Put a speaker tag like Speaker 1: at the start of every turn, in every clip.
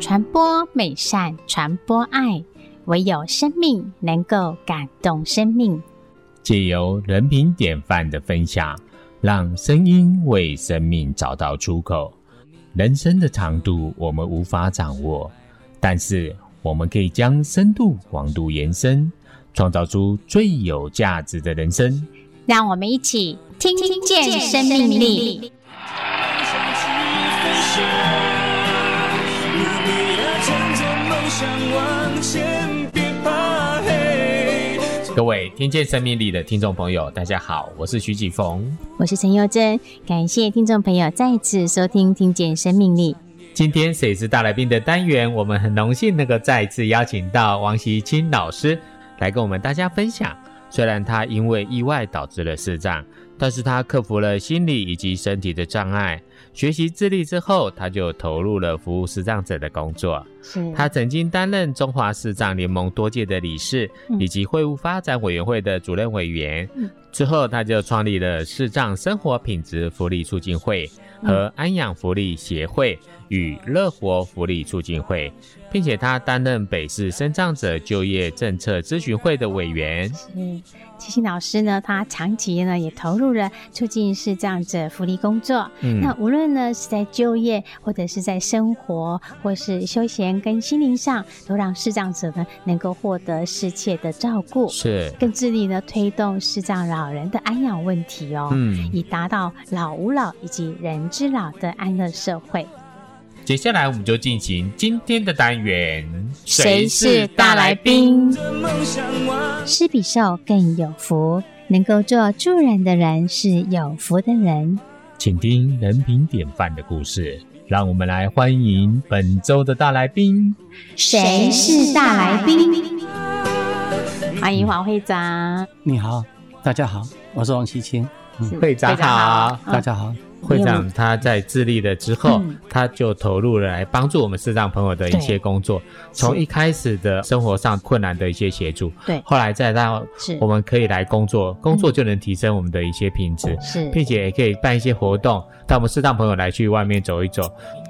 Speaker 1: 传播美善，传播爱，唯有生命能够感动生命。
Speaker 2: 借由人品典范的分享，让声音为生命找到出口。人生的长度我们无法掌握，但是我们可以将深度往度延伸，创造出最有价值的人生。
Speaker 1: 让我们一起听见生命力。
Speaker 2: 各位听见生命力的听众朋友，大家好，我是徐启逢。
Speaker 1: 我是陈佑珍，感谢听众朋友再次收听《听见生命力》。
Speaker 2: 今天谁是大来宾的单元，我们很荣幸能够再次邀请到王习清老师来跟我们大家分享。虽然他因为意外导致了视障，但是他克服了心理以及身体的障碍，学习自立之后，他就投入了服务视障者的工作。
Speaker 1: 是
Speaker 2: 他曾经担任中华视障联盟多届的理事，
Speaker 1: 嗯
Speaker 2: 以及会务发展委员会的主任委员
Speaker 1: 嗯。
Speaker 2: 之后，他就创立了视障生活品质福利促进会
Speaker 1: 嗯
Speaker 2: 和安养福利协会与乐活福利促进会，并且他担任北市生障者就业政策咨询会的委员。
Speaker 1: 嗯，齐心老师呢，他长期呢也投入了促进视障者福利工作。
Speaker 2: 嗯
Speaker 1: 那无论呢是在就业，或者是在生活，或是休闲跟心灵上，都让视障者呢能够获得适切的照顾，
Speaker 2: 是，
Speaker 1: 更致力呢推动视障老人的安养问题哦，
Speaker 2: 嗯，
Speaker 1: 以达到老吾老以及人之老的安乐社会。
Speaker 2: 接下来我们就进行今天的单元，？？
Speaker 1: 施比受更有福，能够做助人的人是有福的人。
Speaker 2: 请听人品典范的故事，让我们来欢迎本周的大来宾。
Speaker 1: 谁是大来宾？欢迎黄会长，
Speaker 3: 你好，大家好，我是王希清，
Speaker 1: 是
Speaker 2: 会长好
Speaker 1: 会
Speaker 3: 大
Speaker 1: 长
Speaker 3: 家好。
Speaker 2: 会长他在自立了之后，
Speaker 1: 嗯
Speaker 2: 他就投入了来帮助我们视障朋友的一些工
Speaker 1: 嗯
Speaker 2: 作，从一开始的生活上困难的一些协助，
Speaker 1: 对
Speaker 2: 后来再到
Speaker 1: 是嗯
Speaker 2: 我们可以来工作，工作就能提升我们的一些品质。
Speaker 1: 是
Speaker 2: 并且也可以办一些活动，带我们适当朋友来去外面走一走。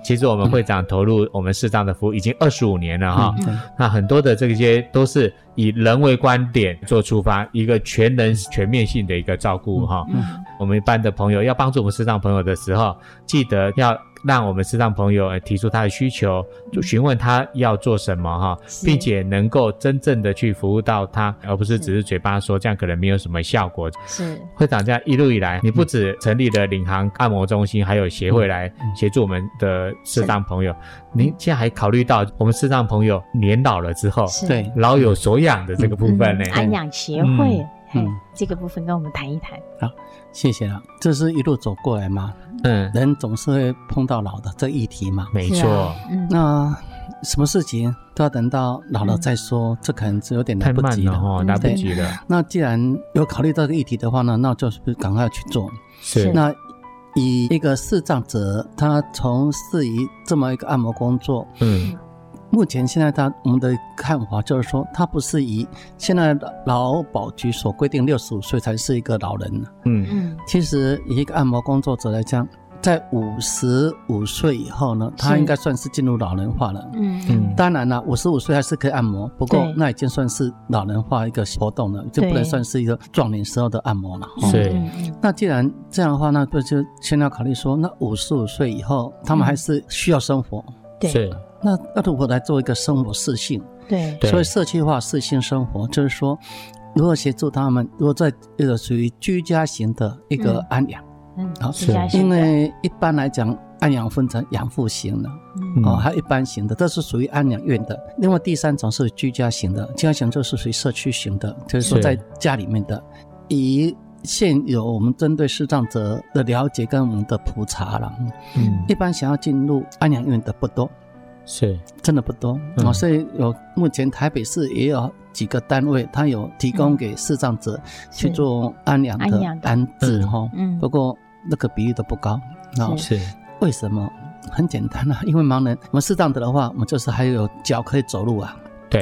Speaker 2: 其实我们会长投入我们适当的服务已经二十五年了哈、
Speaker 3: 嗯对
Speaker 2: 那很多的这些都是以人为观点做出发，一个全人全面性的一个照顾哈、
Speaker 1: 嗯
Speaker 2: 我们一般的朋友要帮助我们视障朋友的时候，记得要让我们视障朋友呃提出他的需求，就询问他要做什么哈，
Speaker 1: 是
Speaker 2: 并且能够真正的去服务到他，而不是只是嘴巴说，这样可能没有什么效果。
Speaker 1: 是
Speaker 2: 会长这样一路以来，
Speaker 1: 嗯
Speaker 2: 你不止成立了领航按摩中心，还有协会来
Speaker 1: 嗯
Speaker 2: 协助我们的视障朋友。您现在还考虑到我们视障朋友年老了之后，
Speaker 1: 是
Speaker 3: 对，
Speaker 2: 老有所养的这个部分呢、
Speaker 1: 嗯安养协会，嘿
Speaker 3: 嗯
Speaker 1: 这个部分跟我们谈一谈。
Speaker 3: 谢谢了。这是一路走过来嘛，
Speaker 1: 哎
Speaker 2: 嗯，
Speaker 3: 人总是会碰到老的这议题嘛。
Speaker 2: 没
Speaker 1: 是
Speaker 2: 错
Speaker 1: 啊，，嗯，
Speaker 3: 那什么事情都要等到老了再说，这可能是有点来
Speaker 2: 太
Speaker 3: 不
Speaker 2: 慢
Speaker 3: 及
Speaker 2: 了哦
Speaker 3: 了。
Speaker 2: 哈，
Speaker 1: 嗯
Speaker 2: 来不
Speaker 3: 对
Speaker 2: 及了。
Speaker 3: 那既然有考虑到这个议题的话呢，那就是赶快去做。
Speaker 1: 是
Speaker 2: 是，
Speaker 3: 那以一个视障者，他从事于这么一个按摩工作，
Speaker 2: 嗯，
Speaker 3: 目前现在他我们的看法就是说，他不是以现在劳保局所规定六十五岁才是一个老人。啊
Speaker 2: 嗯，
Speaker 1: 嗯
Speaker 3: 其实以一个按摩工作者来讲，在五十五岁以后呢，他应该算是进入老人化了。
Speaker 1: 嗯
Speaker 2: 嗯
Speaker 3: 当然了，五十五岁还是可以按摩，不过
Speaker 1: 对
Speaker 3: 那已经算是老人化一个活动了，就不
Speaker 1: 对
Speaker 3: 能算是一个壮年时候的按摩了。哦
Speaker 1: 嗯
Speaker 2: 是
Speaker 1: 嗯嗯
Speaker 3: 那既然这样的话，那不就先要考虑说，那五十五岁以后，他
Speaker 1: 嗯
Speaker 3: 们还是需要生活，
Speaker 1: 对
Speaker 2: 是，
Speaker 3: 那要如何来做一个生活适性？
Speaker 1: 对
Speaker 2: 对
Speaker 3: 所以社区化适性生活就是说，如何协助他们，如何在一个属于居家型的一个
Speaker 1: 嗯
Speaker 3: 安养，
Speaker 1: 嗯，
Speaker 3: 好
Speaker 1: 是啊，
Speaker 3: 因为一般来讲，安养分成养护型的、
Speaker 1: 嗯
Speaker 3: 哦，还有一般型的，这是属于安养院的。另外第三种是居家型的，居家型就是属于社区型的，就是说
Speaker 2: 是
Speaker 3: 在家里面的。以现有我们针对视障者的了解跟我们的普查了，
Speaker 2: 嗯
Speaker 3: 一般想要进入安养院的不多。
Speaker 2: 是，
Speaker 3: 真的不多啊、
Speaker 2: 嗯
Speaker 3: 哦所以有目前台北市也有几个单位，它有提供给视障者
Speaker 1: 嗯
Speaker 3: 去
Speaker 1: 是
Speaker 3: 做安养
Speaker 1: 安
Speaker 3: 的
Speaker 1: 养的
Speaker 3: 安置哈、哦
Speaker 1: 嗯
Speaker 3: 不过那个比例都不高。那、
Speaker 1: 是
Speaker 2: 是，
Speaker 3: 为 什么？很简单啊，因为盲人，我们视障者的话，我们就是还有脚可以走路啊，
Speaker 2: 对，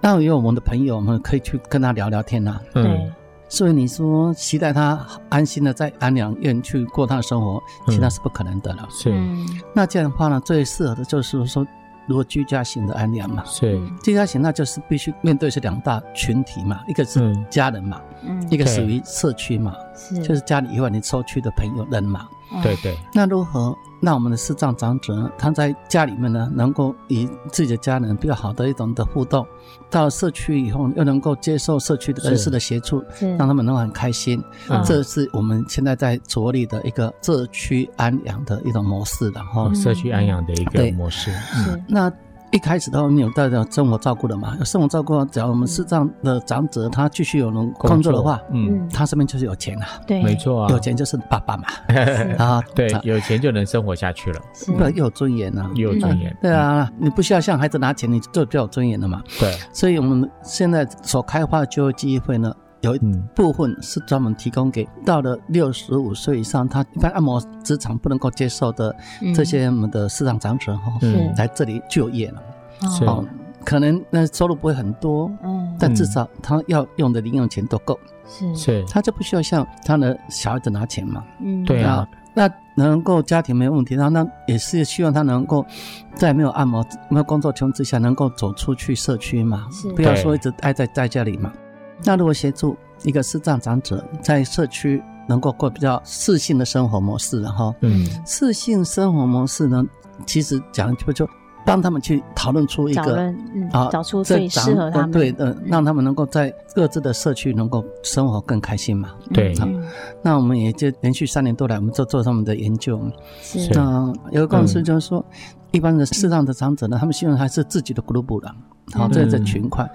Speaker 3: 那有我们的朋友，我们可以去跟他聊聊天啊。
Speaker 1: 对
Speaker 2: 嗯，，
Speaker 3: 所以你说期待他安心的在安养院去过他的生活，其实那是不可能的了。
Speaker 2: 是
Speaker 1: 嗯
Speaker 3: 那这样的话呢，最适合的就是说，如果居家型的安养嘛，
Speaker 2: 是，
Speaker 1: 嗯
Speaker 3: 居家型那就是必须面对这两大群体嘛，一个是
Speaker 2: 嗯
Speaker 3: 家人嘛，
Speaker 1: 嗯，
Speaker 3: 一个
Speaker 2: 对
Speaker 3: 属于社区嘛，
Speaker 1: 是
Speaker 3: 就是家里以外你社区的朋友人嘛。
Speaker 2: 对对，
Speaker 3: 那如何让我们的视障长者呢他在家里面呢，能够与自己的家人比较好的一种的互动，到社区以后又能够接受社区的人士的协助，
Speaker 1: 是
Speaker 3: 让他们能够很开心。
Speaker 1: 嗯
Speaker 3: 这是我们现在在着力的一个社区安养的一种模式，然
Speaker 1: 嗯
Speaker 3: 后
Speaker 2: 哦，社区安养的一个
Speaker 3: 对
Speaker 2: 模式，
Speaker 1: 是
Speaker 3: 那一开始的话，你有带着生活照顾的嘛？有生活照顾啊的，只要我们视障的长者他继续有能工作的话，
Speaker 2: 嗯，
Speaker 1: 嗯
Speaker 3: 他身边就是有钱啊，
Speaker 1: 对
Speaker 2: 没错啊，
Speaker 3: 有钱就是爸 爸嘛，
Speaker 1: 是
Speaker 3: 啊，
Speaker 2: 对
Speaker 3: 啊，
Speaker 2: 有钱就能生活下去了，
Speaker 1: 是
Speaker 3: 不然又有尊严啊。
Speaker 2: 又有尊严，
Speaker 3: 对啊，你不需要向孩子拿钱，你就比较有尊严了嘛。
Speaker 2: 嗯，对，
Speaker 3: 所以我们现在所开发的就业机会呢，有一
Speaker 2: 嗯，
Speaker 3: 部分是专门提供给到了六十五岁以上，他一般按摩职场不能够接受的这些我们的市场长者哈、
Speaker 1: 是
Speaker 2: 嗯
Speaker 3: 来这里就业了。
Speaker 2: 是
Speaker 1: 哦
Speaker 3: 哦，可能那收入不会很多，
Speaker 1: 嗯
Speaker 3: 但至少他要用的零用钱都够，
Speaker 1: 是
Speaker 2: 是，
Speaker 3: 他就不需要向他的小孩子拿钱嘛。
Speaker 1: 嗯
Speaker 2: 对啊
Speaker 3: 啊，那能够家庭没问题，然后那也是希望他能够在没有按摩、没有工作情况之下，能够走出去社区嘛
Speaker 1: 是，
Speaker 3: 不要
Speaker 2: 对
Speaker 3: 说一直待在在家里嘛。那如果协助一个视障长者在社区能够过比较适性的生活模式，然后
Speaker 2: 嗯，
Speaker 3: 适性生活模式呢，其实讲就就帮他们去讨论出一
Speaker 1: 找
Speaker 3: 个
Speaker 1: 人嗯
Speaker 3: 啊，
Speaker 1: 找出
Speaker 3: 这
Speaker 1: 最适合
Speaker 3: 长
Speaker 1: 他们
Speaker 3: 对的，
Speaker 1: 嗯
Speaker 3: 让他们能够在各自的社区能够生活更开心嘛。
Speaker 2: 对
Speaker 1: 嗯
Speaker 3: 那我们也就连续三年多来，我们就做他们的研究。
Speaker 1: 是
Speaker 2: 是
Speaker 3: 那有一个共识就是说，一般的适当的长者呢，他们希望还是自己的 group 啦，好、
Speaker 1: 嗯
Speaker 3: 这个群块，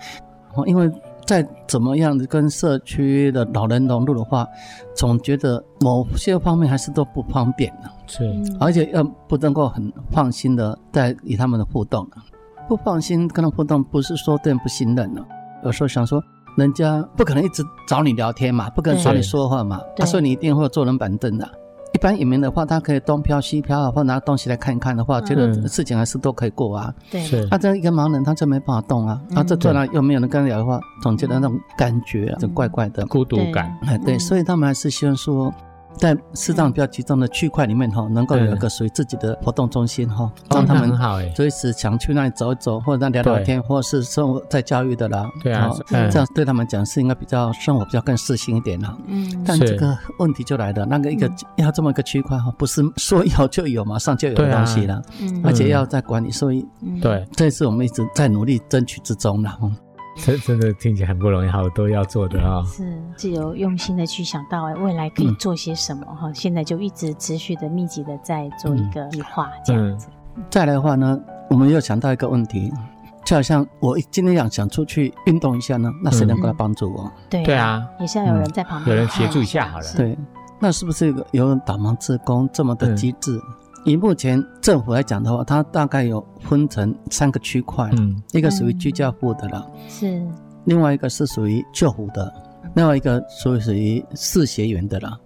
Speaker 3: 哦，因为。再怎么样跟社区的老人融入的话，总觉得某些方面还是都不方便的。
Speaker 2: 是，
Speaker 1: 嗯
Speaker 3: 而且要不能够很放心的在与他们的互动啊不放心跟他们互动，不是说对人不信任了，啊有时候想说，人家不可能一直找你聊天嘛，不可能找你说话嘛，
Speaker 1: 对
Speaker 3: 他说你一定会坐人板凳的。一般移民的话，他可以东飘西飘啊，或拿东西来看一看的话，觉得
Speaker 2: 嗯
Speaker 3: 事情还是都可以过啊。
Speaker 1: 对
Speaker 2: 是
Speaker 3: 他、，这一个盲人，他就没办法动啊，
Speaker 1: 嗯
Speaker 3: 啊，这坐那又没有人跟他聊的话，总觉得那种感觉啊就怪怪的。
Speaker 2: 孤独感，
Speaker 3: 哎，对，
Speaker 1: 嗯
Speaker 3: 所以他们还是希望说，在适
Speaker 2: 嗯
Speaker 3: 当比较集中的区块里面哈、能够有一个属于自己的活动中心哈、让他
Speaker 2: 那很
Speaker 3: 们
Speaker 2: 好哎，
Speaker 3: 随时想去那里走一走，或者那聊聊天，或者是生活在教育的啦，
Speaker 2: 对啊
Speaker 3: 哦
Speaker 2: 嗯
Speaker 3: 这样对他们讲是应该比较生活比较更适性一点啦。
Speaker 1: 嗯
Speaker 3: 但
Speaker 2: 是
Speaker 3: 这个问题就来了，那个一个
Speaker 1: 嗯
Speaker 3: 要这么一个区块哈，不是说有就有，马上就有
Speaker 2: 对
Speaker 3: 的
Speaker 2: 啊
Speaker 3: 东西了，
Speaker 1: 嗯
Speaker 3: 而且要在管理，所以
Speaker 1: 嗯
Speaker 2: 对，
Speaker 3: 这是我们一直在努力争取之中了。嗯
Speaker 2: 真真的听起来很不容易，好多要做的啊，
Speaker 1: 是自由用心的去想到哎未来可
Speaker 2: 嗯
Speaker 1: 以做些什么哈，现在就一直持续的密集的在做
Speaker 2: 嗯
Speaker 1: 一个计划这样子，
Speaker 3: 再来的话呢，我们又想到一个问题，就好像我今天想想出去运动一下呢，那谁能够来帮助我？
Speaker 1: 对
Speaker 2: 对，啊，
Speaker 1: 也是要有人在旁边
Speaker 2: 有人
Speaker 1: 看啊
Speaker 2: 协助一下好了，
Speaker 1: 是
Speaker 3: 对，那是不是有个有导盲志工这么的机制？以目前政府来讲的话，它大概有分成三个区块，
Speaker 2: 嗯，
Speaker 3: 一个属于居家户的了，
Speaker 1: 是
Speaker 3: 另外一个是属于救护的，另外一个属于属于四学员的了。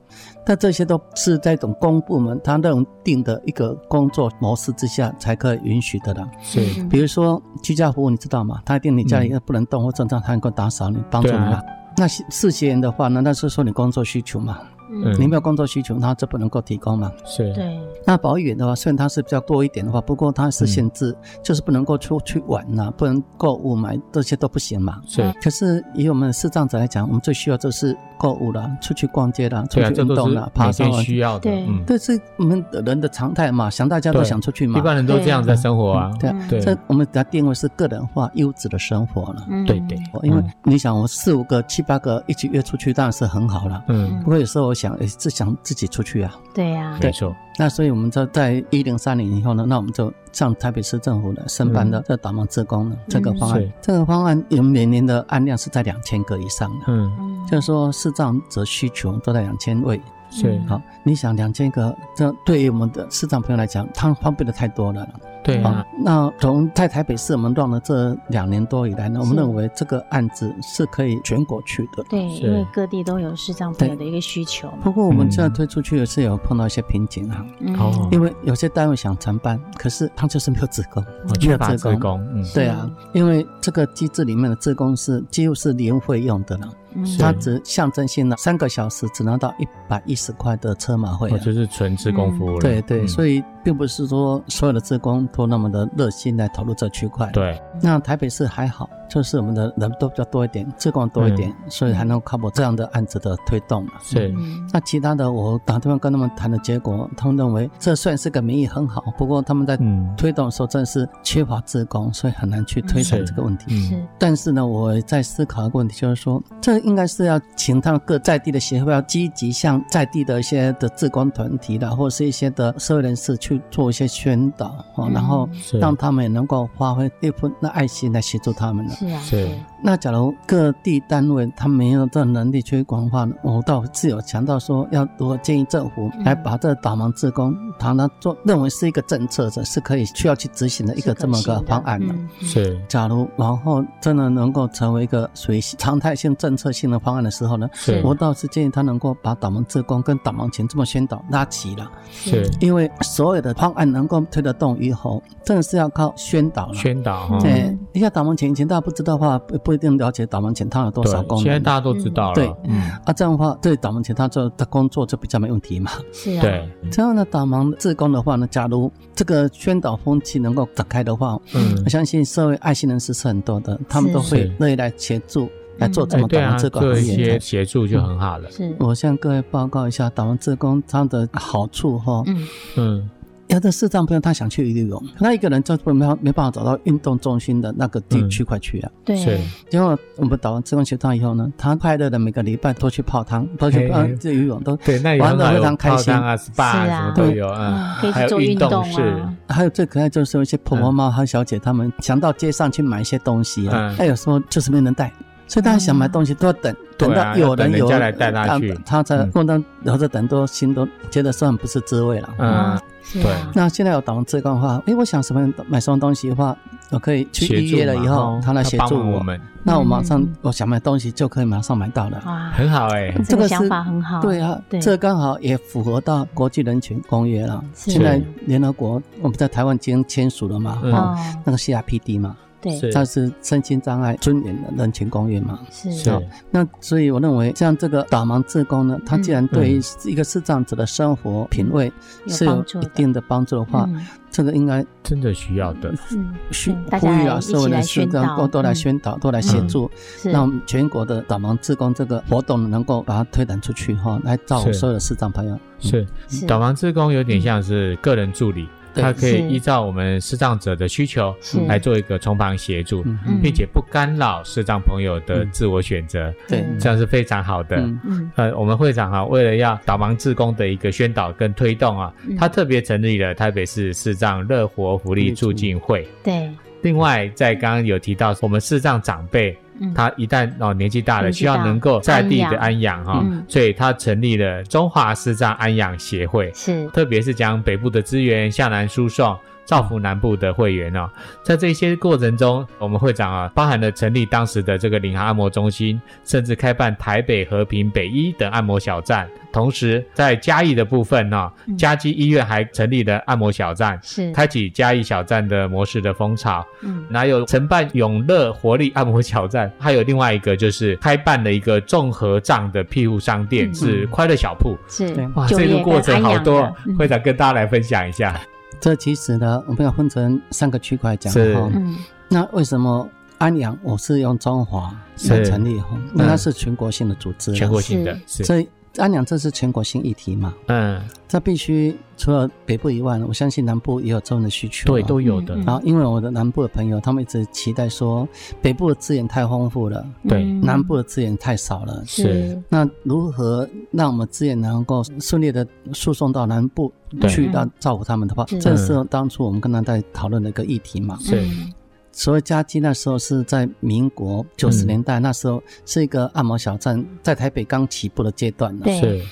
Speaker 3: 但这些都是在一种公部门它认定的一个工作模式之下才可以允许的了。
Speaker 2: 是，
Speaker 1: 嗯
Speaker 3: 比如说居家服务，你知道吗？他一定你家里
Speaker 2: 嗯
Speaker 3: 不能动或者他能够打扫你，帮助你
Speaker 2: 对
Speaker 3: 嘛
Speaker 2: 啊。
Speaker 3: 那是四些人的话呢，那是说你工作需求嘛，
Speaker 1: 嗯
Speaker 3: 你没有工作需求，他就不能够提供嘛。
Speaker 2: 是，
Speaker 1: 对
Speaker 3: 那保育员的话，虽然他是比较多一点的话，不过他是限制，
Speaker 2: 嗯
Speaker 3: 就是不能够出去玩呐、不能购物买这些都不行嘛。
Speaker 1: 嗯
Speaker 2: 是，
Speaker 3: 可是以我们视障者来讲，我们最需要就是购物啦，出去逛街啦，出
Speaker 2: 对啊，
Speaker 3: 去
Speaker 2: 这
Speaker 3: 运
Speaker 2: 都
Speaker 3: 动
Speaker 2: 是
Speaker 3: 啦，爬
Speaker 2: 每
Speaker 3: 山啊
Speaker 2: 天
Speaker 3: 玩。
Speaker 2: 需要的，
Speaker 1: 对
Speaker 2: 嗯，
Speaker 3: 这是我们人的常态嘛，想大家都
Speaker 2: 对
Speaker 3: 想出去嘛
Speaker 2: 一。般人都这样在生活啊，
Speaker 3: 对啊
Speaker 1: 嗯
Speaker 2: 对
Speaker 3: 这我们给它定位是个人化优质的生活了。
Speaker 1: 嗯
Speaker 2: 对对，
Speaker 3: 哦因为
Speaker 2: 嗯
Speaker 3: 你想，我四五个、七八个一起约出去，当然是很好了。
Speaker 2: 嗯，
Speaker 3: 不过有时候我想，也是想自己出去啊。
Speaker 1: 对呀，
Speaker 2: 没错，
Speaker 3: 那所以我们就在一零三年以后呢，那我们就向台北市政府呢申办了这导盲志工呢这个
Speaker 2: 嗯
Speaker 3: 方
Speaker 2: 是
Speaker 3: 案。这个方案有每年的案量是在两千个以上的，
Speaker 2: 嗯，
Speaker 1: 嗯
Speaker 3: 就是说视障者需求都在两千位。哦
Speaker 2: 是
Speaker 1: 嗯
Speaker 3: 好，你想两千个，这对于我们的视障朋友来讲，他方便的太多了。哦
Speaker 2: 对啊，
Speaker 3: 那从在台北市我们弄了这两年多以来呢，我们
Speaker 1: 是
Speaker 3: 认为这个案子是可以全国去的。
Speaker 1: 对，
Speaker 2: 是
Speaker 1: 因为各地都有视障朋友的一个需求嘛。
Speaker 3: 不过我们现在
Speaker 2: 嗯
Speaker 3: 推出去也是有碰到一些瓶颈啊，
Speaker 1: 嗯
Speaker 2: 哦
Speaker 3: 因为有些单位想承办，可是他就是没有职工，
Speaker 2: 我
Speaker 3: 没
Speaker 2: 哦缺
Speaker 3: 有
Speaker 2: 乏
Speaker 3: 职
Speaker 2: 职
Speaker 3: 工。
Speaker 2: 工，嗯，
Speaker 3: 对啊，因为这个机制里面的职工是几乎是零费用的了，
Speaker 1: 嗯
Speaker 2: 是
Speaker 3: 他只象征性的三个小时只拿到一百一十块的车马
Speaker 2: 我
Speaker 3: 费啊。
Speaker 2: 哦
Speaker 3: 嗯
Speaker 2: 就是嗯纯职工服务了，
Speaker 3: 对对，
Speaker 2: 以
Speaker 3: 所以并不是说所有的职工都那么的热心来投入这区块。
Speaker 2: 对，
Speaker 3: 那台北市还好，就是我们的人都比较多一点，志工多一点，所以才能靠我这样的案子的推动嘛。
Speaker 2: 嗯是
Speaker 1: 嗯
Speaker 3: 那其他的，我打电话跟他们谈的结果，他们认为这算是个名义很好，不过他们在
Speaker 2: 嗯
Speaker 3: 推动的时候真的是缺乏志工，所以很难去推
Speaker 2: 是
Speaker 3: 展这个问题。
Speaker 2: 嗯
Speaker 1: 是
Speaker 3: 但是呢，我在思考一个问题，就是说，这应该是要请他们各在地的协会要积极向在地的一些的志工团体的，或是一些的社会人士去做一些宣导哦，然后
Speaker 1: 嗯
Speaker 2: 是
Speaker 3: 让他们也能够发挥一份那爱心来协助他们了。
Speaker 1: 是啊，
Speaker 2: 是
Speaker 3: 那假如各地单位他没有这能力去广泛，我倒是有强调说，要如何建议政府
Speaker 1: 嗯
Speaker 3: 来把这导盲志工，把它做认为是一个政策者，是可以需要去执行的一个这么个方案的。
Speaker 1: 嗯嗯
Speaker 2: 是
Speaker 3: 假如往后真的能够成为一个属于常态性政策性的方案的时候呢，
Speaker 2: 是
Speaker 3: 我倒是建议他能够把导盲志工跟导盲前这么宣导拉齐了，
Speaker 2: 是
Speaker 3: 因为所有的方案能够推得动以后，真的是要靠宣导了。
Speaker 2: 宣导哈，
Speaker 1: 嗯
Speaker 3: 对，你像导盲犬，以前大家不知道的话，不不一定了解导盲犬它有多少
Speaker 2: 对，
Speaker 3: 功
Speaker 2: 现在
Speaker 3: 能。
Speaker 2: 大家都知道
Speaker 3: 对
Speaker 2: 了，嗯，
Speaker 3: 啊，这样的话，对导盲犬它做的工作就比较没问题嘛。
Speaker 1: 是啊，
Speaker 2: 对，
Speaker 3: 这样的导盲志工的话呢，假如这个宣导风气能够展开的话，
Speaker 2: 嗯
Speaker 3: 我，相信社会爱心人士是很多的，他们
Speaker 1: 是
Speaker 3: 都会
Speaker 2: 是
Speaker 3: 乐意来协助来做这
Speaker 2: 哎
Speaker 3: 么导
Speaker 2: 对啊，
Speaker 3: 盲志工
Speaker 2: 做
Speaker 3: 行
Speaker 2: 一些
Speaker 3: 业。
Speaker 2: 协助就很好了，
Speaker 1: 是
Speaker 3: 我向各位报告一下导盲志工它的好处哈。
Speaker 1: 嗯
Speaker 2: 嗯，
Speaker 3: 有的视障朋友他想去游泳，他一个人就没有没办法找到运动中心的那个地
Speaker 2: 嗯
Speaker 3: 区块去啊。
Speaker 1: 对
Speaker 2: 是
Speaker 3: 结果我们打完自贡学堂以后呢，他快乐的每个礼拜都去泡汤，都去
Speaker 2: 嘿
Speaker 3: 泡嗯这游泳都，
Speaker 2: 对，那也
Speaker 3: 玩
Speaker 2: 很
Speaker 3: 得
Speaker 2: 好，
Speaker 3: 非
Speaker 2: 有
Speaker 3: 常开
Speaker 2: 泡
Speaker 3: 心
Speaker 2: 汤啊、SPA 啊
Speaker 1: 是
Speaker 2: 什
Speaker 1: 啊
Speaker 2: 么都有啊，
Speaker 1: 可以
Speaker 2: 还
Speaker 1: 去
Speaker 2: 有
Speaker 1: 做
Speaker 2: 运
Speaker 1: 运
Speaker 2: 动
Speaker 1: 动
Speaker 2: 室
Speaker 1: 啊，
Speaker 3: 还有最可爱就是有一些婆婆妈和小姐她们想到街上去买一些东西啊
Speaker 2: 嗯，
Speaker 3: 那有时候就是没人带，所以大家想买东西都要等，
Speaker 2: 对
Speaker 3: 等
Speaker 2: 啊
Speaker 3: 到有
Speaker 2: 要等
Speaker 3: 人
Speaker 2: 人
Speaker 3: 有呃
Speaker 2: 家来带她去
Speaker 3: 她才
Speaker 2: 嗯
Speaker 3: 共同留着等，都心都觉得说很不是滋味了。
Speaker 2: 嗯，
Speaker 1: 是啊，
Speaker 3: 那现在有导盲志工的话，诶，我想什么买什么东西的话，我可以去
Speaker 2: 协
Speaker 3: 预约
Speaker 2: 助
Speaker 3: 了
Speaker 2: 嘛
Speaker 3: 以后
Speaker 2: 哦，
Speaker 3: 他来协
Speaker 2: 帮
Speaker 3: 助
Speaker 2: 忙我
Speaker 3: 我，
Speaker 2: 们，
Speaker 3: 那我马上
Speaker 1: 嗯
Speaker 3: 我想买东西就可以马上买到了。
Speaker 1: 哇，
Speaker 2: 很好哎，
Speaker 1: 这
Speaker 3: 这
Speaker 1: 个
Speaker 3: 个
Speaker 1: 想
Speaker 3: 是
Speaker 1: 法很好，
Speaker 3: 对啊，
Speaker 1: 对
Speaker 3: 这刚好也符合到国际人权公约了。
Speaker 1: 是
Speaker 3: 现在联合国我们在台湾已经签署了嘛，
Speaker 2: 嗯
Speaker 3: 哦，
Speaker 1: 哦，
Speaker 3: 那个 CRPD 嘛，
Speaker 1: 对，
Speaker 2: 是
Speaker 3: 它是身心障碍尊严的人权公约嘛。
Speaker 1: 是
Speaker 2: 是
Speaker 3: 那所以我认为，像这个导盲志工呢，
Speaker 1: 嗯
Speaker 3: 他既然对于一个视障者的生活品味
Speaker 1: 嗯有
Speaker 3: 是有
Speaker 1: 帮助
Speaker 3: 一
Speaker 1: 的
Speaker 3: 定的帮助的话，
Speaker 1: 嗯
Speaker 3: 这个应该
Speaker 2: 真的需要的，
Speaker 1: 嗯，
Speaker 3: 需
Speaker 1: 嗯大
Speaker 3: 呼
Speaker 1: 家
Speaker 3: 吁
Speaker 1: 来
Speaker 3: 啊，
Speaker 1: 一
Speaker 3: 社
Speaker 1: 起
Speaker 3: 会
Speaker 1: 来
Speaker 3: 人士
Speaker 1: 宣
Speaker 3: 更
Speaker 1: 导，
Speaker 3: 多多来
Speaker 1: 嗯
Speaker 3: 宣导，多来协
Speaker 2: 嗯
Speaker 3: 助。
Speaker 1: 是
Speaker 3: 让全国的导盲志工这个活动能够把它推展出去哈，来照顾
Speaker 2: 是
Speaker 3: 所有的视障朋友。
Speaker 2: 是
Speaker 1: 是
Speaker 2: 导盲志工有点像是个人助理，
Speaker 3: 对
Speaker 2: 他可以
Speaker 1: 是
Speaker 2: 依照我们视障者的需求
Speaker 1: 是
Speaker 2: 来做一个从旁协助，
Speaker 3: 嗯
Speaker 1: 嗯
Speaker 2: 并且不干扰视障朋友的自我选择，
Speaker 3: 对
Speaker 1: 嗯
Speaker 2: 这样是非常好的。
Speaker 3: 嗯
Speaker 1: 嗯
Speaker 2: 呃，我们会长啊，为了要导盲志工的一个宣导跟推动啊，
Speaker 1: 嗯
Speaker 2: 他特别成立了台北市视障乐活福利促进会。
Speaker 1: 对，
Speaker 2: 另外，在刚刚有提到，我们视障长辈
Speaker 1: 嗯
Speaker 2: 他一旦哦年纪大了，
Speaker 1: 年纪
Speaker 2: 需
Speaker 1: 大
Speaker 2: 要能够在地的安
Speaker 1: 安
Speaker 2: 养哈、
Speaker 1: 嗯
Speaker 2: 所以他成立了中华视障安养协会，
Speaker 1: 是
Speaker 2: 特别是将北部的资源向南输送。造福南部的会员哦，在这些过程中，我们会长啊，包含了成立当时的这个领航按摩中心，甚至开办台北、和平、北一等按摩小站。同时，在嘉义的部分呢、哦
Speaker 1: 嗯，
Speaker 2: 嘉基医院还成立了按摩小站，
Speaker 1: 是，
Speaker 2: 开启嘉义小站的模式的风潮。
Speaker 1: 嗯
Speaker 2: 哪有承办永乐活力按摩小站，还有另外一个就是开办了一个综合账的庇护商店，
Speaker 1: 嗯
Speaker 2: 是快乐小铺。
Speaker 1: 是
Speaker 3: 对
Speaker 2: 哇，
Speaker 1: 就
Speaker 2: 这
Speaker 1: 业
Speaker 2: 个过
Speaker 1: 跟
Speaker 2: 程
Speaker 1: 安
Speaker 2: 好
Speaker 1: 养
Speaker 2: 多
Speaker 1: 的嗯，
Speaker 2: 会长跟大家来分享一下。
Speaker 3: 这其实呢，我们要分成三个区块讲
Speaker 2: 是
Speaker 3: 哈。
Speaker 1: 嗯
Speaker 3: 那为什么安阳我是用中华
Speaker 2: 是
Speaker 3: 来成立哈？那它是全国性的组织，
Speaker 2: 嗯
Speaker 3: 啊
Speaker 2: 全国性的，是，
Speaker 3: 所以安阳这是全国性议题嘛？
Speaker 2: 嗯，
Speaker 3: 这必须除了北部以外，我相信南部也有这样的需求嘛。啊
Speaker 2: 对，都有的，
Speaker 1: 嗯
Speaker 3: 然后，因为我的南部的朋友，他们一直期待说，北部的资源太丰富了，
Speaker 2: 对
Speaker 1: 嗯
Speaker 3: 南部的资源太少了，
Speaker 1: 是
Speaker 3: 那如何让我们资源能够顺利的输送到南部
Speaker 2: 对
Speaker 3: 去，
Speaker 1: 嗯
Speaker 3: 让照顾他们的话
Speaker 1: 是，
Speaker 3: 这是当初我们跟他在讨论的一个议题嘛。
Speaker 2: 是
Speaker 1: 嗯
Speaker 3: 所谓家基那时候是在民
Speaker 2: 嗯
Speaker 3: 国九十年代，那时候是一个按摩小站在台北刚起步的阶段呢。
Speaker 1: 嗯对
Speaker 2: 是，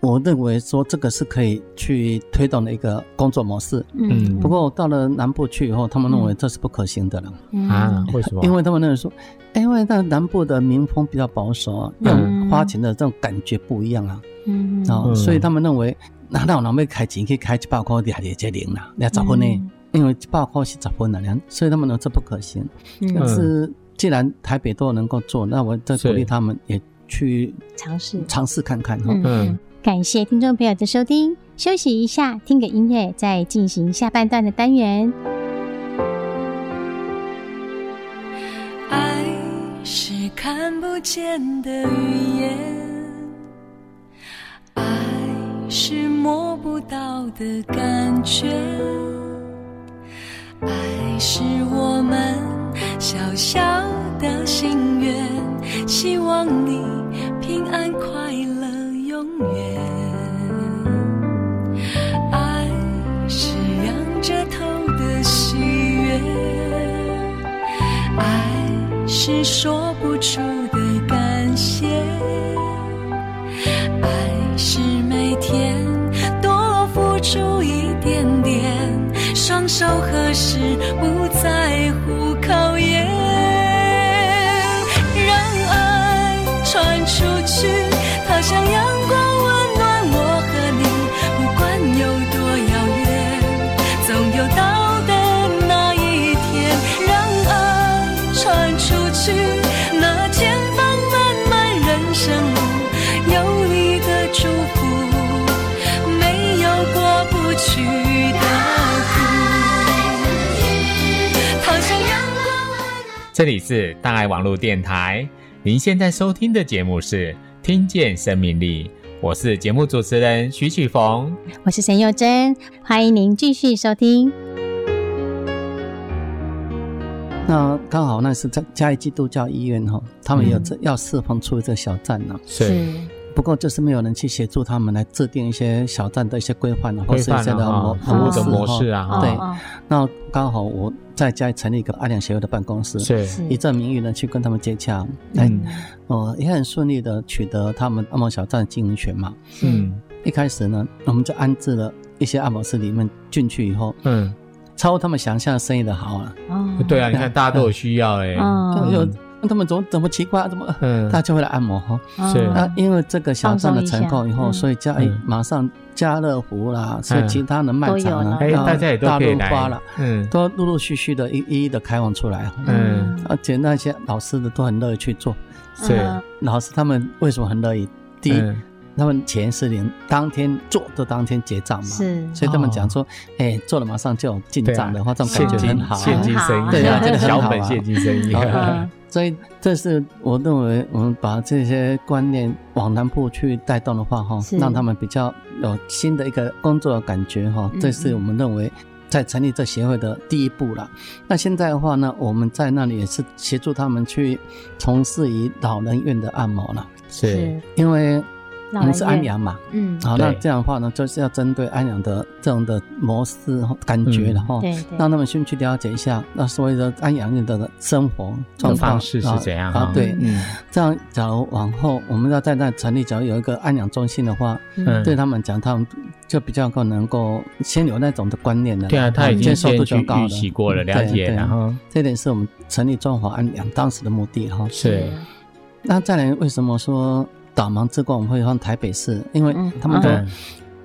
Speaker 3: 我认为说这个是可以去推动的一个工作模式。
Speaker 2: 嗯
Speaker 3: 不过到了南部去以后，他们认为这是不可行的了，
Speaker 1: 嗯
Speaker 2: 啊，为什么？
Speaker 3: 因为他们认为说，哎因为那南部的民风比较保守啊，那
Speaker 1: 嗯
Speaker 3: 种花钱的这种感觉不一样啊，
Speaker 1: 嗯
Speaker 3: 啊、
Speaker 2: 嗯
Speaker 3: 所以他们认为，那那我南要开钱去开一百块，也也接零啦，你要十分呢？
Speaker 1: 嗯
Speaker 3: 因为一百块是十分的，所以他们认为这不可行。但
Speaker 1: 嗯，
Speaker 3: 是既然台北都能够做，那我再鼓
Speaker 2: 是
Speaker 3: 励他们也去
Speaker 1: 尝试。
Speaker 3: 尝试看看哈。
Speaker 1: 嗯
Speaker 2: 嗯
Speaker 1: 感谢听众朋友的收听，休息一下，听个音乐，再进行下半段的单元。
Speaker 4: 爱是看不见的语言，爱是摸不到的感觉，爱是我们小小的心愿，希望你平安快乐永远。爱是仰着头的喜悦。爱是说不出的感谢，爱是每天多付出一点点，双手合十，不在乎考验，让爱传出去，它像阳光温暖我和你，不管有多遥远。总有到的那一天，让爱传出去。那前方漫漫人生路，有你的祝福，没有过不去的苦。好像阳光温暖。
Speaker 2: 这里是大爱网络电台，您现在收听的节目是《听见生命力》，我是节目主持人徐启逢。
Speaker 1: 我是沈幼珍，欢迎您继续收听。
Speaker 3: 那刚好那是在嘉义基督教医院哈，他们有
Speaker 1: 嗯
Speaker 3: 这要释放出一个小站呢、不过就是没有人去协助他们来制定一些小站的一些规范或
Speaker 2: 规
Speaker 3: 是一
Speaker 2: 范
Speaker 3: 些的
Speaker 2: 啊
Speaker 3: 模，
Speaker 2: 服务的
Speaker 1: 哦
Speaker 2: 模式
Speaker 3: 哈。
Speaker 2: 啊，
Speaker 1: 哦，
Speaker 3: 对
Speaker 1: 哦
Speaker 3: 那刚好我在家里成立一个阿良协会的办公室，
Speaker 2: 是
Speaker 1: 是
Speaker 3: 以这名义呢去跟他们接洽，来、
Speaker 2: 嗯
Speaker 3: 呃也很顺利的取得他们按摩小站的经营权嘛。
Speaker 2: 嗯
Speaker 3: 一开始呢，我们就安置了一些按摩师里面进去以后，
Speaker 2: 嗯，
Speaker 3: 超乎他们想象生意的好啊，
Speaker 1: 哦
Speaker 2: 对啊，你看大家都有需要哎，
Speaker 1: 哦
Speaker 3: 有、他们怎么怎么奇怪，怎么、
Speaker 2: 嗯
Speaker 3: 他就会来按摩哈。
Speaker 1: 哦
Speaker 2: 是
Speaker 3: 那、因为这个小站的成功
Speaker 1: 嗯
Speaker 3: 以
Speaker 1: 放松一下
Speaker 3: 后，
Speaker 1: 嗯
Speaker 3: 所以嘉义
Speaker 2: 嗯
Speaker 3: 马上家乐福啦，所以其他的卖场啊，
Speaker 1: 都
Speaker 2: 哎，
Speaker 1: 有了
Speaker 3: 啊
Speaker 2: 大家也都
Speaker 3: 大
Speaker 2: 可以
Speaker 3: 陆花
Speaker 2: 来
Speaker 3: 啦，，
Speaker 2: 嗯
Speaker 3: 都陆陆续续的一一一的开放出来啊哈。
Speaker 2: 嗯
Speaker 3: 而且那些老师的都很乐意去做，
Speaker 2: 是
Speaker 1: 嗯
Speaker 3: 老师他们为什么很乐意？第一，
Speaker 2: 嗯
Speaker 3: 他们前四年当天做就当天结账嘛，
Speaker 1: 是哦
Speaker 3: 所以他们讲说，哎、做了马上就有进账的话，这种
Speaker 2: 现
Speaker 3: 感觉
Speaker 2: 金
Speaker 3: 很好、
Speaker 2: 现
Speaker 3: 啊。
Speaker 2: 金生意，
Speaker 1: 对啊
Speaker 2: 这
Speaker 1: 真的
Speaker 2: 个
Speaker 1: 很
Speaker 2: 小
Speaker 3: 好啊
Speaker 2: 本现金生 意，
Speaker 1: 嗯
Speaker 3: 所以这是我认为我们把这些观念往南部去带动的话，哈
Speaker 1: 是，
Speaker 3: 让他们比较有新的一个工作的感觉，哈
Speaker 1: 嗯，
Speaker 3: 这是我们认为。在成立这协会的第一步了。那现在的话呢，我们在那里也是协助他们去从事于老人院的按摩了，
Speaker 2: 是，
Speaker 3: 因为我
Speaker 1: 老
Speaker 3: 们是安
Speaker 1: 人院，
Speaker 3: 阳嘛，
Speaker 1: 嗯，
Speaker 3: 好，那
Speaker 2: 对
Speaker 3: 这样的话呢，就是要针对安阳的这种的模式和感觉，
Speaker 2: 嗯
Speaker 3: 然后
Speaker 1: 对对，
Speaker 3: 让他们先去了解一下，那所谓的安阳人的生活状
Speaker 2: 的
Speaker 3: 况
Speaker 2: 方式是怎样
Speaker 3: 啊
Speaker 2: 啊？？
Speaker 3: 对，
Speaker 2: 嗯
Speaker 3: 这样假如往后我们要在那成立，假如有一个安养中心的话，
Speaker 2: 嗯
Speaker 3: 对他们讲，他们就比较够能够先有那种的观念的，
Speaker 2: 对啊，他已经
Speaker 3: 接受
Speaker 2: 先
Speaker 3: 度
Speaker 2: 去
Speaker 3: 就高
Speaker 2: 预
Speaker 3: 了
Speaker 2: 习过了，了
Speaker 3: 嗯对
Speaker 2: 解，
Speaker 3: 对
Speaker 2: 然后
Speaker 3: 这点是我们成立中华安阳当时的目的哈。
Speaker 2: 是
Speaker 3: 那再来，为什么说导盲志工我们会放台北市？因为
Speaker 1: 嗯
Speaker 3: 他们都
Speaker 2: 嗯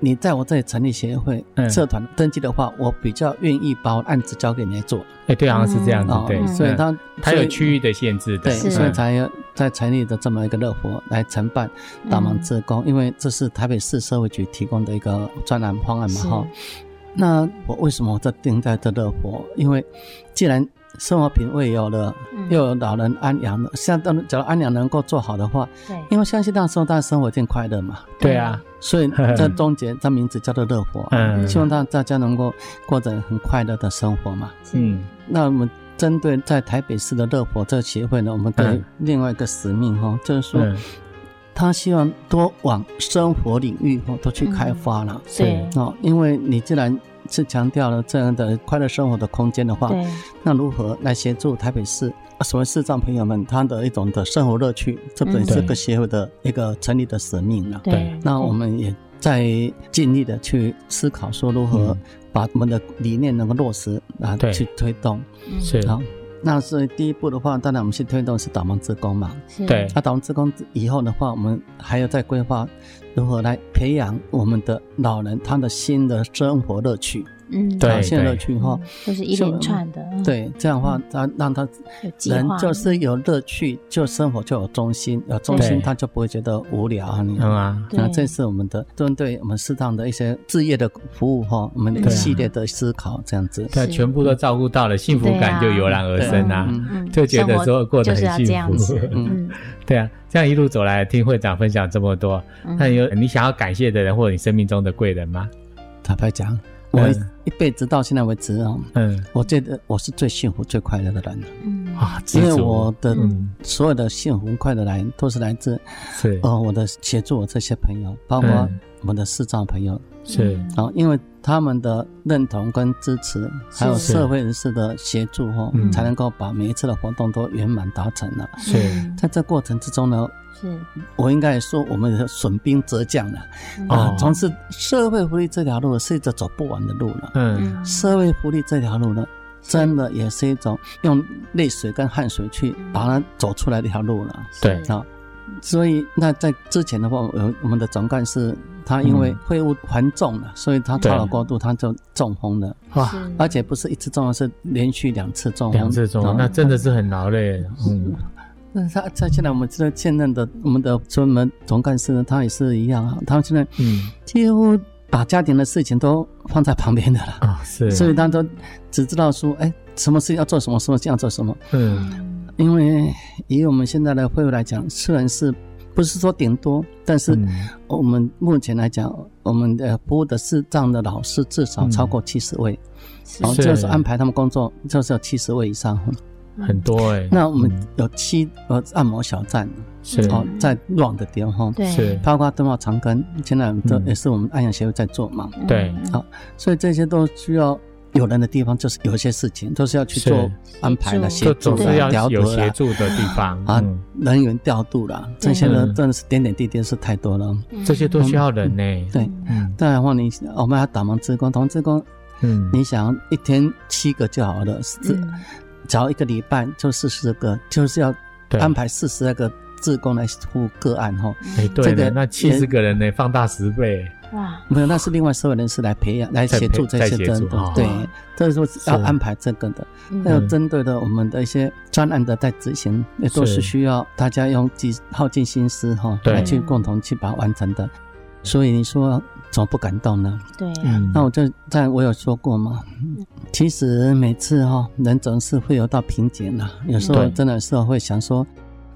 Speaker 3: 你在我这里成立协会、
Speaker 2: 嗯
Speaker 3: 社团登记的话，我比较愿意把我的案子交给你来做
Speaker 2: 哎，对，好像是这样子
Speaker 3: 啊、，
Speaker 2: 对，
Speaker 3: 所以
Speaker 2: 嗯
Speaker 3: 他
Speaker 2: 它
Speaker 3: 所
Speaker 2: 有
Speaker 3: 以
Speaker 2: 区域的限制的，
Speaker 3: 对，
Speaker 1: 是
Speaker 3: 所以
Speaker 2: 嗯
Speaker 3: 才有在成立的这么一个乐活来承办导盲志
Speaker 2: 嗯
Speaker 3: 工，因为这是台北市社会局提供的一个专栏方案嘛
Speaker 1: 是
Speaker 3: 哈。那我为什么这定在这乐活？因为既然生活品味有了，
Speaker 1: 嗯
Speaker 3: 又有老人安养了，像当假如安养能够做好的话，
Speaker 1: 嗯对，
Speaker 3: 因为相信那时候大家生活一定快乐嘛，
Speaker 2: 对啊，
Speaker 3: 所以这终结这名字叫做乐活，啊
Speaker 2: 嗯
Speaker 3: 希望大大家能够过着很快乐的生活嘛。
Speaker 2: 嗯，
Speaker 3: 那我们针对在台北市的乐活这个协会呢，我们对
Speaker 2: 嗯
Speaker 3: 另外一个使命哈、就是说
Speaker 2: 嗯，
Speaker 3: 他希望多往生活领域哈、都去开发了、
Speaker 2: 嗯
Speaker 1: 对
Speaker 3: 哦，因为你既然是强调了这样的快乐生活的空间的话，
Speaker 1: 对，
Speaker 3: 那如何来协助台北市所谓视障朋友们他的一种的生活乐趣，这不也
Speaker 1: 嗯
Speaker 3: 是
Speaker 2: 对
Speaker 3: 个协会的一个成立的使命了、
Speaker 1: 对
Speaker 3: 那我们也在尽力的去思考说如何把我们的理念能够落实啊
Speaker 2: 嗯对，
Speaker 3: 去推动。
Speaker 1: 嗯
Speaker 2: 是
Speaker 3: 好，那所以第一步的话，当然我们去推动是导盲职工嘛。
Speaker 1: 是
Speaker 2: 对嗯啊
Speaker 3: 那导盲职工以后的话，我们还要再规划如何来培养我们的老人他的新的生活乐趣、
Speaker 1: 嗯
Speaker 2: 对
Speaker 3: 表现乐趣哈
Speaker 1: 嗯。就是一连串的，嗯，
Speaker 3: 对，这样的话，他让他
Speaker 1: 有计
Speaker 3: 人
Speaker 1: 划，
Speaker 3: 就是有乐趣，就生活就有中心，有中
Speaker 2: 对
Speaker 3: 心他就不会觉得无聊啊。你
Speaker 2: 嗯啊，
Speaker 1: 对
Speaker 3: 那这是我们的针对我们适当的一些置业的服务哈，我们一
Speaker 1: 对啊
Speaker 3: 系列的思考这样子。
Speaker 2: 嗯对，
Speaker 1: 是
Speaker 2: 全部都照顾到了，幸福
Speaker 1: 对啊
Speaker 2: 感就油然而生啊。
Speaker 3: 嗯
Speaker 1: 嗯
Speaker 2: 就觉得
Speaker 1: 生活
Speaker 2: 说过得
Speaker 1: 就是
Speaker 2: 很
Speaker 1: 要这
Speaker 2: 幸
Speaker 1: 样
Speaker 2: 福
Speaker 1: 子，嗯，
Speaker 2: 对啊，这样一路走来，听会长分享这么多，
Speaker 1: 嗯
Speaker 2: 那有你想要感谢的人或者你生命中的贵人吗？
Speaker 3: 坦白讲，我一
Speaker 2: 嗯
Speaker 3: 一辈子到现在为止啊，
Speaker 2: 嗯
Speaker 3: 我觉得我是最幸福、最快乐的人了，
Speaker 1: 嗯
Speaker 2: 啊，知
Speaker 3: 因为
Speaker 2: 足
Speaker 3: 我的
Speaker 2: 嗯
Speaker 3: 所有的幸福、快乐来都是来自
Speaker 2: 是
Speaker 3: 呃我的协助我这些朋友，包括
Speaker 2: 嗯
Speaker 3: 我们的视障朋友，
Speaker 2: 是
Speaker 3: 然后因为他们的认同跟支持，还有
Speaker 1: 是
Speaker 3: 社会人士的协助哦
Speaker 2: 嗯，
Speaker 3: 才能够把每一次的活动都圆满达成了。
Speaker 2: 是
Speaker 1: 嗯
Speaker 3: 在这过程之中呢，
Speaker 1: 是
Speaker 3: 我应该说我们损兵折将了
Speaker 2: 哦
Speaker 3: 啊，从事社会福利这条路是一个走不完的路了。
Speaker 2: 嗯
Speaker 3: 社会福利这条路呢，真的也是一种用泪水跟汗水去把它走出来的一条路了
Speaker 2: 对
Speaker 3: 啊。所以那在之前的话，我我们的总干事她因为
Speaker 2: 嗯
Speaker 3: 会务繁重了，所以她操劳过度，她就中风了，
Speaker 2: 哇，
Speaker 3: 而且不是一次中风，是连续两次中风。
Speaker 2: 两次中，
Speaker 3: 啊
Speaker 2: 那真的是很劳累，嗯
Speaker 3: 那他在现在我们这个现任的我们的专门总干事呢，他也是一样啊，他现在
Speaker 2: 嗯
Speaker 3: 几乎把家庭的事情都放在旁边的了，
Speaker 2: 啊是，
Speaker 3: 所以他都只知道说，哎，什么事情要做什么，什么事情要做什么。
Speaker 2: 嗯
Speaker 3: 因为以我们现在的会务来讲，虽然是不是说顶多，但是
Speaker 2: 嗯
Speaker 3: 我们目前来讲，我们的服务的视障的老师至少超过七十位，然
Speaker 2: 嗯
Speaker 3: 后
Speaker 2: 是
Speaker 3: 就是安排他们工作就是有七十位以上。
Speaker 2: 很多哎，
Speaker 3: 那我们
Speaker 2: 嗯
Speaker 3: 有七呃按摩小站
Speaker 2: 是
Speaker 3: 哦，在 run 的地方，
Speaker 1: 对
Speaker 2: 是
Speaker 3: 包括灯泡长庚，现在这
Speaker 2: 嗯
Speaker 3: 也是我们安阳协会在做嘛，
Speaker 1: 嗯
Speaker 2: 对
Speaker 3: 好所以这些都需要。有人的地方就是有一些事情都是要去
Speaker 2: 是
Speaker 3: 做安排的、
Speaker 1: 协
Speaker 2: 就
Speaker 3: 协
Speaker 2: 总
Speaker 3: 助的
Speaker 2: 是、要
Speaker 3: 调度
Speaker 2: 有协
Speaker 3: 的。
Speaker 2: 助的地方
Speaker 3: 啊
Speaker 2: 嗯，
Speaker 3: 人员调度啦，这些呢
Speaker 2: 嗯
Speaker 3: 真的是点点滴滴是太多了。
Speaker 2: 这些都需要人呢，
Speaker 3: 对，
Speaker 2: 嗯
Speaker 3: 当然话你我们还要打盲职工，打盲职工，
Speaker 2: 嗯
Speaker 3: 你想一天七个就好了，是、
Speaker 1: 嗯
Speaker 3: 只要一个礼拜就四十个，就是要
Speaker 2: 对
Speaker 3: 安排四十二个志工来服务个案哈。
Speaker 2: 哎对
Speaker 3: 这
Speaker 2: 了，
Speaker 3: 个
Speaker 2: 那七十个人呢，放大十倍，
Speaker 1: 哇，
Speaker 3: 没有，那是另外社会人士来培养、来
Speaker 2: 再
Speaker 3: 协
Speaker 2: 培
Speaker 3: 助这
Speaker 2: 再
Speaker 3: 些
Speaker 2: 协
Speaker 3: 真
Speaker 2: 助
Speaker 3: 的
Speaker 2: 哦，
Speaker 3: 对，所以说是要
Speaker 2: 是
Speaker 3: 安排这个的。
Speaker 1: 嗯
Speaker 3: 还有针对的我们的一些专案的在执行，也都
Speaker 2: 是
Speaker 3: 是需要大家用尽耗尽心思哈、
Speaker 2: 对
Speaker 3: 来去共同去把它完成的。所以你说怎么不感动呢？
Speaker 1: 对，
Speaker 2: 嗯
Speaker 3: 那我就在我有说过嘛，其实每次哈、人总是会有到瓶颈的，有时候
Speaker 2: 对
Speaker 3: 真的是会想说，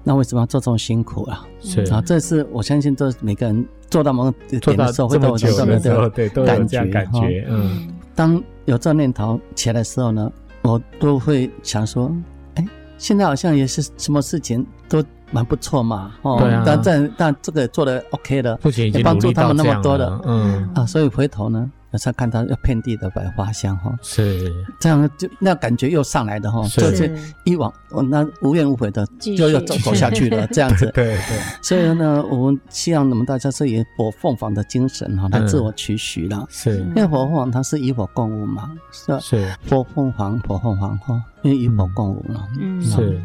Speaker 3: 那为什么要做这么辛苦啊？
Speaker 2: 是
Speaker 3: 啊，这是我相信，这是每个人做到某个
Speaker 2: 做
Speaker 3: 点
Speaker 2: 到
Speaker 3: 的时
Speaker 2: 这
Speaker 3: 候，会都
Speaker 2: 么
Speaker 3: 有这
Speaker 2: 久
Speaker 3: 种
Speaker 2: 的
Speaker 3: 的
Speaker 2: 时候，对，都有
Speaker 3: 感
Speaker 2: 这样
Speaker 3: 觉
Speaker 2: 感
Speaker 3: 哈
Speaker 2: 觉，嗯，
Speaker 3: 当有这念头起来的时候呢，我都会想说，哎，现在好像也是什么事情都蛮不错嘛，哦，
Speaker 2: 对啊
Speaker 3: 但这但这个也做的 OK 的
Speaker 2: 不仅已经
Speaker 3: 也帮
Speaker 2: 努
Speaker 3: 助
Speaker 2: 力
Speaker 3: 他
Speaker 2: 到
Speaker 3: 们那
Speaker 2: 这
Speaker 3: 么
Speaker 2: 样
Speaker 3: 多
Speaker 2: 了
Speaker 3: 了
Speaker 2: 嗯，
Speaker 3: 啊，所以回头呢，有时候看到要遍地的百花香哈、哦，
Speaker 2: 是
Speaker 3: 这样就那感觉又上来的哈、哦，
Speaker 2: 是
Speaker 3: 就是一往我那无怨无悔的
Speaker 1: 继续
Speaker 3: 就又走走下 去了，这样子。
Speaker 2: 对
Speaker 3: 所以呢，我们希望我们大家是以火凤凰的精神哦哈、来
Speaker 2: 嗯
Speaker 3: 自我取许了，
Speaker 2: 是
Speaker 3: 因为火凤凰它是以火共舞嘛，是吧？
Speaker 2: 是
Speaker 3: 火凤凰，火凤凰哈，因为与火共舞嘛。
Speaker 1: 嗯
Speaker 2: 是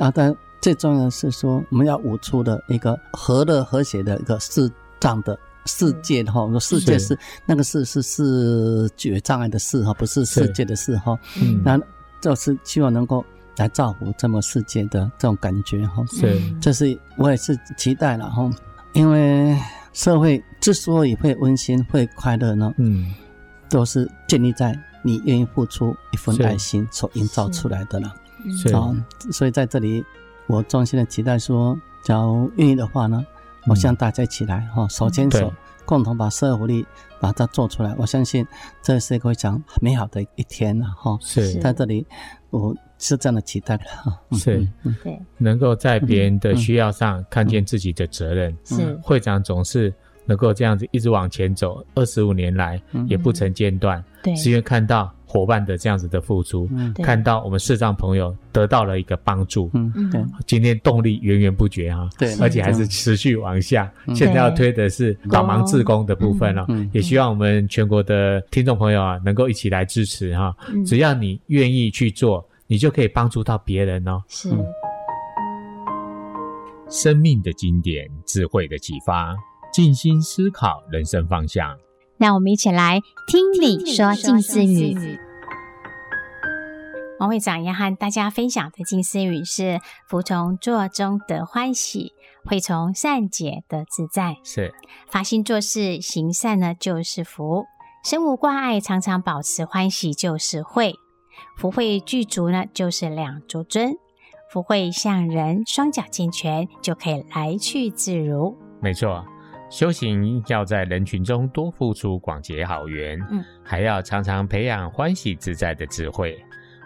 Speaker 3: 啊，但最重要的是说，我们要舞出的一个和乐和谐的一个视障的世界哈。我们说世界
Speaker 2: 是
Speaker 3: 是那个是是视觉障碍的视哈，不是世界的视哈。
Speaker 2: 嗯
Speaker 3: 那就是希望能够来造福这么世界的这种感觉哈。
Speaker 2: 是
Speaker 3: 这是我也是期待了哈，因为社会之所以会温馨会快乐呢，
Speaker 2: 嗯
Speaker 3: 都是建立在你愿意付出一份
Speaker 2: 是
Speaker 3: 爱心所营造出来的了。
Speaker 2: 是
Speaker 3: 啊、所以在这里，我衷心的期待说，假如愿意的话呢，我向大家一起来哈、手
Speaker 2: 嗯
Speaker 3: 牵
Speaker 2: 对
Speaker 3: 手，共同把社会福利把它做出来。我相信这是一个非常美好的一天了哈、
Speaker 2: 是
Speaker 3: 在这里，我是这样的期待的哈。嗯
Speaker 2: 是
Speaker 1: 对
Speaker 2: 能够在别人的需要上看见自己的责任，
Speaker 1: 嗯是
Speaker 2: 会长总是能够这样子一直往前走，二十五年来也不曾间断，
Speaker 1: 对
Speaker 2: 是因为看到伙伴的这样子的付出，
Speaker 3: 嗯
Speaker 1: 对
Speaker 2: 看到我们视障朋友得到了一个帮助，
Speaker 3: 嗯，对
Speaker 1: 嗯
Speaker 2: 今天动力源源不绝啊，
Speaker 3: 对，
Speaker 2: 而且还是持续往下。
Speaker 3: 嗯啊
Speaker 2: 现在要推的是导盲志工的部分了、啊
Speaker 3: 嗯嗯
Speaker 2: 也希望我们全国的听众朋友啊，能够一起来支持哈、
Speaker 1: 嗯
Speaker 2: 只要你愿意去做，你就可以帮助到别人哦。
Speaker 1: 是
Speaker 3: 嗯
Speaker 2: 生命的经典，智慧的启发，静心思考人生方向。
Speaker 1: 那我们一起来听
Speaker 4: 你
Speaker 1: 你说
Speaker 4: 说
Speaker 1: 近
Speaker 4: 近
Speaker 1: 似
Speaker 4: 似
Speaker 1: 语。
Speaker 4: 语。
Speaker 1: 王会长要和大家分享的近思语是：服从做中得欢喜，会从善解得自在。
Speaker 2: 是
Speaker 1: 发心做事，行善呢就是福，身无挂碍，常常保持欢喜就是慧，福慧具足呢就是两足尊，福慧向人，双脚健全就可以来去自如。
Speaker 2: 没错，修行要在人群中多付出广结好缘，
Speaker 1: 嗯
Speaker 2: 还要常常培养欢喜自在的智慧。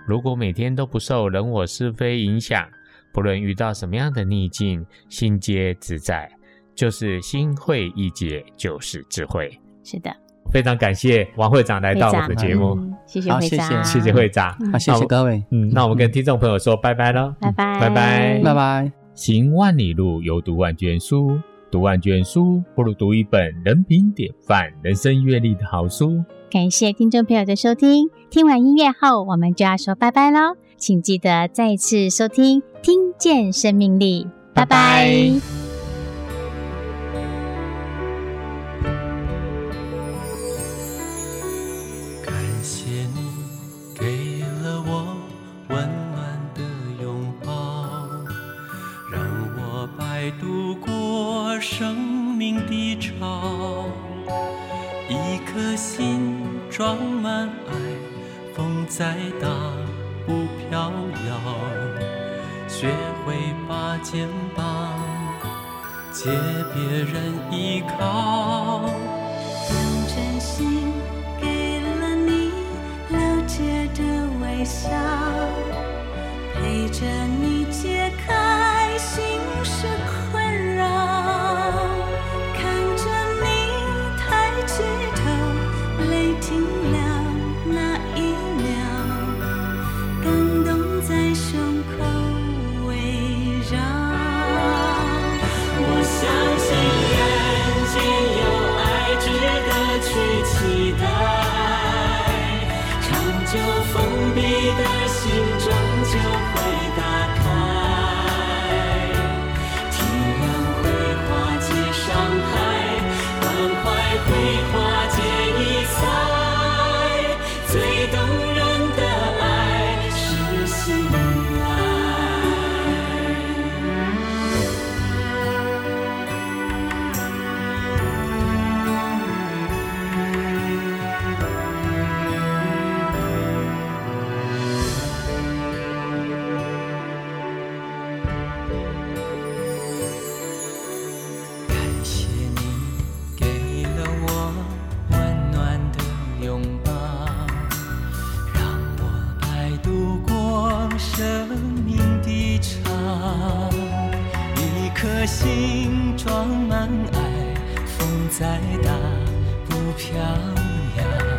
Speaker 2: 如果每天都不受人我是非影响，不论遇到什么样的逆境，心皆自在，就是心会一解，就是智慧。
Speaker 1: 是的，
Speaker 2: 非常感谢王会长来到我
Speaker 1: 会
Speaker 2: 们的
Speaker 1: 长
Speaker 2: 节目，
Speaker 1: 嗯谢谢
Speaker 3: 好
Speaker 1: 会
Speaker 3: 谢谢
Speaker 1: 长，
Speaker 2: 谢谢会长。
Speaker 3: 好，谢
Speaker 2: 那我
Speaker 3: 谢各位，
Speaker 2: 嗯，那我们跟听众朋友说拜拜喽。
Speaker 1: 拜拜，
Speaker 2: 拜拜
Speaker 3: 嗯拜拜。
Speaker 2: 行万里路，犹读万卷书。读万卷书，不如读一本人品典范、人生阅历的好书。
Speaker 1: 感谢听众朋友的收听。听完音乐后，我们就要说拜拜喽，请记得再次收听《听见生命力》，拜
Speaker 2: 拜拜
Speaker 1: 拜
Speaker 5: 感谢你给了我温暖的拥抱，让我摆渡过生命的潮。一颗心装满爱，风再大不飘摇，学会把肩膀借别人依靠。
Speaker 4: 用真心给了你了解的微笑，陪着你解开心事困扰，看着你抬起头，泪停了那一秒，感动在胸口围绕。
Speaker 6: 我相信人间有爱，值得去期待。长久封闭的心终究会打开，体谅会化解伤害，关怀会化解遗灾。最动人的爱是信赖。
Speaker 5: 感谢你给了我温暖的拥抱，让我摆渡过生命的潮。一颗心装满爱，风再大不飘摇。